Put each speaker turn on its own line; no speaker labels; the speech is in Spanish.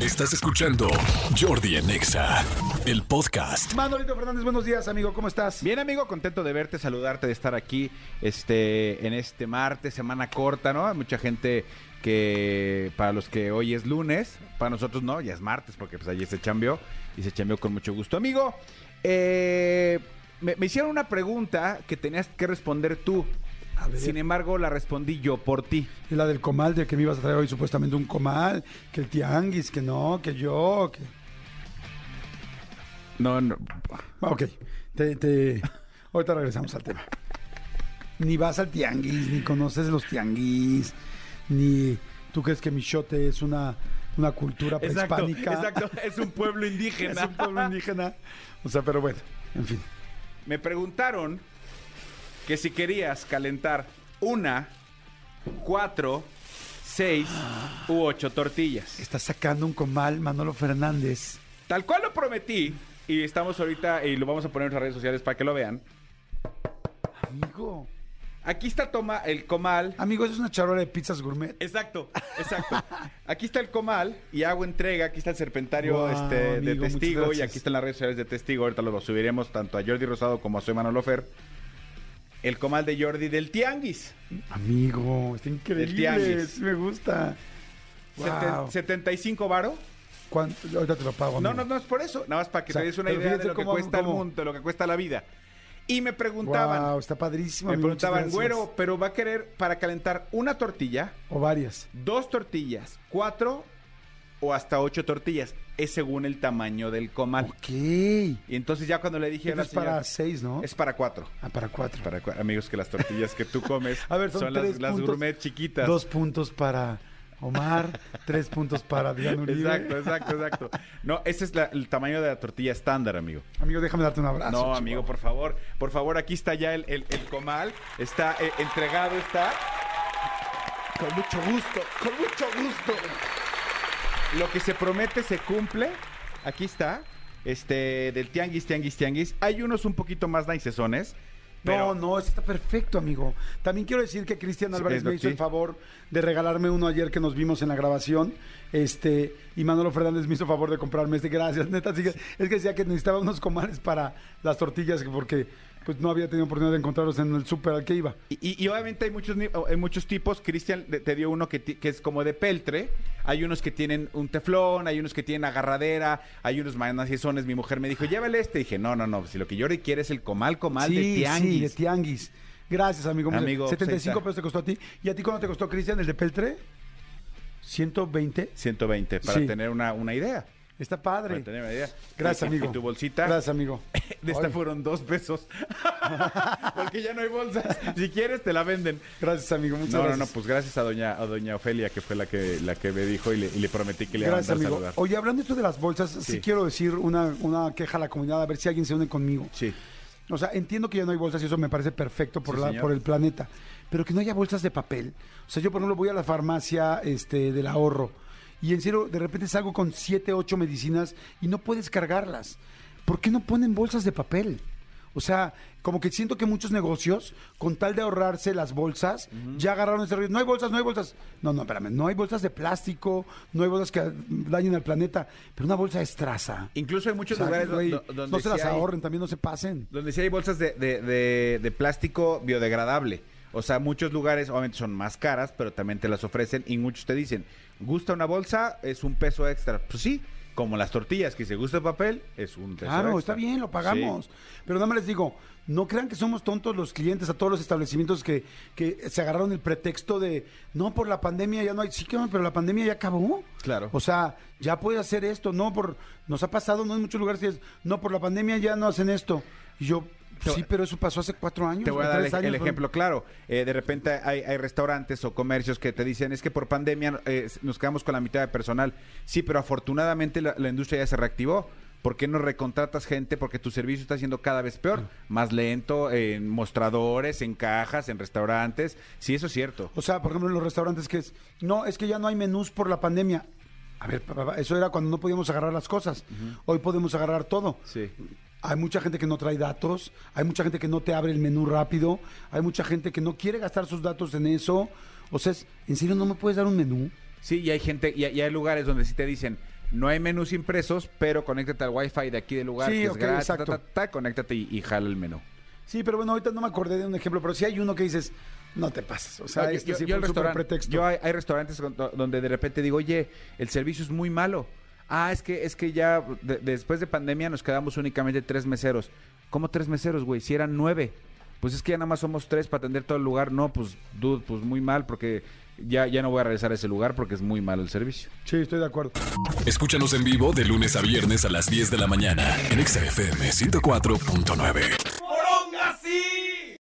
Estás escuchando Jordi en Exa, el podcast.
Manolito Fernández, buenos días, amigo. ¿Cómo estás?
Bien, amigo, contento de verte, saludarte, de estar aquí este, en este martes, semana corta, ¿no? Hay mucha gente que para los que hoy es lunes, para nosotros no, ya es martes, porque pues ayer se chambeó y se chambeó con mucho gusto. Amigo, eh, me, me hicieron una pregunta que tenías que responder tú.
A ver.
Sin embargo, la respondí yo por ti.
Es la del comal, de que me ibas a traer hoy supuestamente un comal, que el tianguis, que no, que yo, que...
No, no.
Ah, Ok, te, te- ahorita regresamos al tema. Ni vas al tianguis, ni conoces los tianguis, ni tú crees que Michote es una, una cultura prehispánica.
Es un pueblo indígena.
pues, Es un pueblo indígena. O sea, pero bueno, en fin.
Me preguntaron que si querías calentar una, cuatro, seis u ocho tortillas.
Está sacando un comal Manolo Fernández.
Tal cual lo prometí, y estamos ahorita, y lo vamos a poner en las redes sociales para que lo vean.
Amigo.
Aquí está toma el comal.
Amigo, eso es una charola de pizzas gourmet.
Exacto, exacto. Aquí está el comal y hago entrega. Aquí está el serpentario
Guau,
este, de
amigo, muchas
testigo y
gracias.
aquí están las redes sociales de testigo. Ahorita lo subiremos tanto a Jordi Rosado como a Soy Manolo Fer. El comal de Jordi del Tianguis.
Amigo, está increíble.
tianguis.
Sí me gusta.
Seten-
Wow.
75 varo.
¿Cuán- Ahorita te lo pago.
No, no,
amigo.
no es por eso. Nada más para que
O sea,
te des una
pero
idea de
fíjate
lo que
cómo-
cuesta el
cómo-
mundo, de lo que cuesta la vida. Y me preguntaban,
Wow, está padrísimo.
me
amigo, muchas
preguntaban,
gracias.
güero, pero va a querer para calentar una tortilla,
O varias.
dos tortillas, cuatro o hasta ocho tortillas. Es según el tamaño del comal.
Ok. Esto
Y entonces ya cuando le dije a la
es para
señora,
seis, ¿no?
es para cuatro.
Ah, para cuatro.
Para cua- amigos que las tortillas que tú comes
A ver, son
las,
tres
las
puntos,
gourmet chiquitas.
Dos puntos para Omar, tres puntos para Diana Uribe.
Exacto, exacto, exacto. No, ese es la- el tamaño de la tortilla estándar, amigo.
Amigo, déjame darte un abrazo.
No,
chihuahua.
amigo, por favor, por favor, aquí está ya el, el- el comal, está eh, entregado, está. Con mucho gusto, con mucho gusto. Lo que se promete se cumple. Aquí está, este, del tianguis, tianguis, tianguis. Hay unos un poquito más naicesones.
No, no, está perfecto, amigo. También quiero decir que Cristian
Sí,
Álvarez
es
me
lo-
hizo
sí.
el favor de regalarme uno ayer que nos vimos en la grabación. Este, y Manolo Fernández me hizo favor de comprarme este. Gracias, neta. sí que- es que decía que necesitaba unos comales para las tortillas porque pues no había tenido oportunidad de encontrarlos en el súper al que iba.
Y, y- y obviamente hay muchos, ni- hay muchos tipos. Cristian de- te dio uno que, ti- que es como de peltre. Hay unos que tienen un teflón, hay unos que tienen agarradera, hay unos más naciezones. Mi mujer me dijo, llévale este. dije, no, no, no. Si lo que Jordi quiere es el comal, comal de tianguis.
Sí, de tianguis. Gracias, amigo.
Amigo, pues,
75
senta.
pesos te costó a ti. ¿Y a ti cuánto te costó, Cristian, el de Peltre? 120.
120 para
Sí.
tener una, una idea.
Está padre.
Para tener una idea.
Gracias,
Y- y-
amigo.
Y tu bolsita.
Gracias, amigo.
De esta
Ay,
fueron dos pesos. Porque ya no hay bolsas. Si quieres, te la venden.
Gracias, amigo. Muchas
No,
gracias.
no, no, pues gracias a doña, a doña Ofelia, que fue la que, la que me dijo y le, y le prometí que le iba a
Gracias,
mandar
amigo.
saludar.
Oye, hablando esto de las bolsas, sí,
Sí.
quiero decir una, una queja a la comunidad, a ver si alguien se une conmigo.
Sí.
O sea, entiendo que ya no hay bolsas y eso me parece perfecto por,
Sí,
la,
señor.
por el planeta. Pero que no haya bolsas de papel. O sea, yo por ejemplo voy a la farmacia este, del ahorro y en serio de repente salgo con siete, ocho medicinas y no puedes cargarlas. ¿Por qué no ponen bolsas de papel? O sea, como que siento que muchos negocios, con tal de ahorrarse las bolsas, ya agarraron ese río. No hay bolsas, no hay bolsas. No, no, espérame. No hay bolsas de plástico, no hay bolsas que dañen al planeta. Pero una bolsa de estraza.
Incluso hay muchos
O sea,
lugares do-
güey,
do- donde
no se
sí
las
hay-
ahorren, también no se pasen.
Donde sí hay bolsas de, de- de- de plástico biodegradable. O sea, muchos lugares obviamente son más caras, pero también te las ofrecen y muchos te dicen, gusta una bolsa, es un peso extra. Pues sí, como las tortillas, que si gusta el papel, es un peso
Claro,
extra.
está bien, lo
Sí.
pagamos. Pero nada más les digo, no crean que somos tontos los clientes a todos los establecimientos que, que se agarraron el pretexto de, no, por la pandemia ya no hay, sí, cabrón, pero la pandemia ya acabó.
Claro.
O sea, ya puede hacer esto, no, por, nos ha pasado, no en muchos lugares, que es, no, por la pandemia ya no hacen esto. Y yo,
Te-
sí, pero eso pasó hace cuatro años.
Te voy a
o
dar
tres
el, el
años,
ejemplo claro. Eh, de repente hay, hay restaurantes o comercios que te dicen, es que por pandemia eh, nos quedamos con la mitad de personal. Sí, pero afortunadamente la, la industria ya se reactivó. ¿Por qué no recontratas gente? Porque tu servicio está siendo cada vez peor,
Mm.
más lento, en mostradores, en cajas, en restaurantes. Sí, eso es cierto.
O sea, por ejemplo, en los restaurantes que es, no, es que ya no hay menús por la pandemia. A ver, pa- pa- eso era cuando no podíamos agarrar las cosas. Hoy podemos agarrar todo.
Sí.
Hay mucha gente que no trae datos, hay mucha gente que no te abre el menú rápido, hay mucha gente que no quiere gastar sus datos en eso. O sea, es- ¿en serio no me puedes dar un menú?
Sí, y hay gente, y hay, y hay lugares donde sí te dicen, no hay menús impresos, pero conéctate al wifi de aquí del lugar,
Sí,
que
ok,
es gratis, ta,
exacto.
ta, ta, conéctate y, y jala el menú.
Sí, pero bueno, ahorita no me acordé de un ejemplo, pero sí hay uno que dices, no te pases. O sea,
No, yo-
este
yo-
sí
yo
fue
al
un súper
restaurante-
pretexto.
yo hay, hay restaurantes con- do- donde de repente digo, oye, el servicio es muy malo. Ah, es que, es que ya de- después de pandemia nos quedamos únicamente tres meseros. ¿Cómo tres meseros, güey? Si eran nueve. Pues es que ya nada más somos tres para atender todo el lugar. No, pues, dude, pues muy mal porque ya, ya no voy a regresar a ese lugar porque es muy malo el servicio.
Sí, estoy de acuerdo.
Escúchanos en vivo de lunes a viernes a las 10 de la mañana en Exa FM 104.9.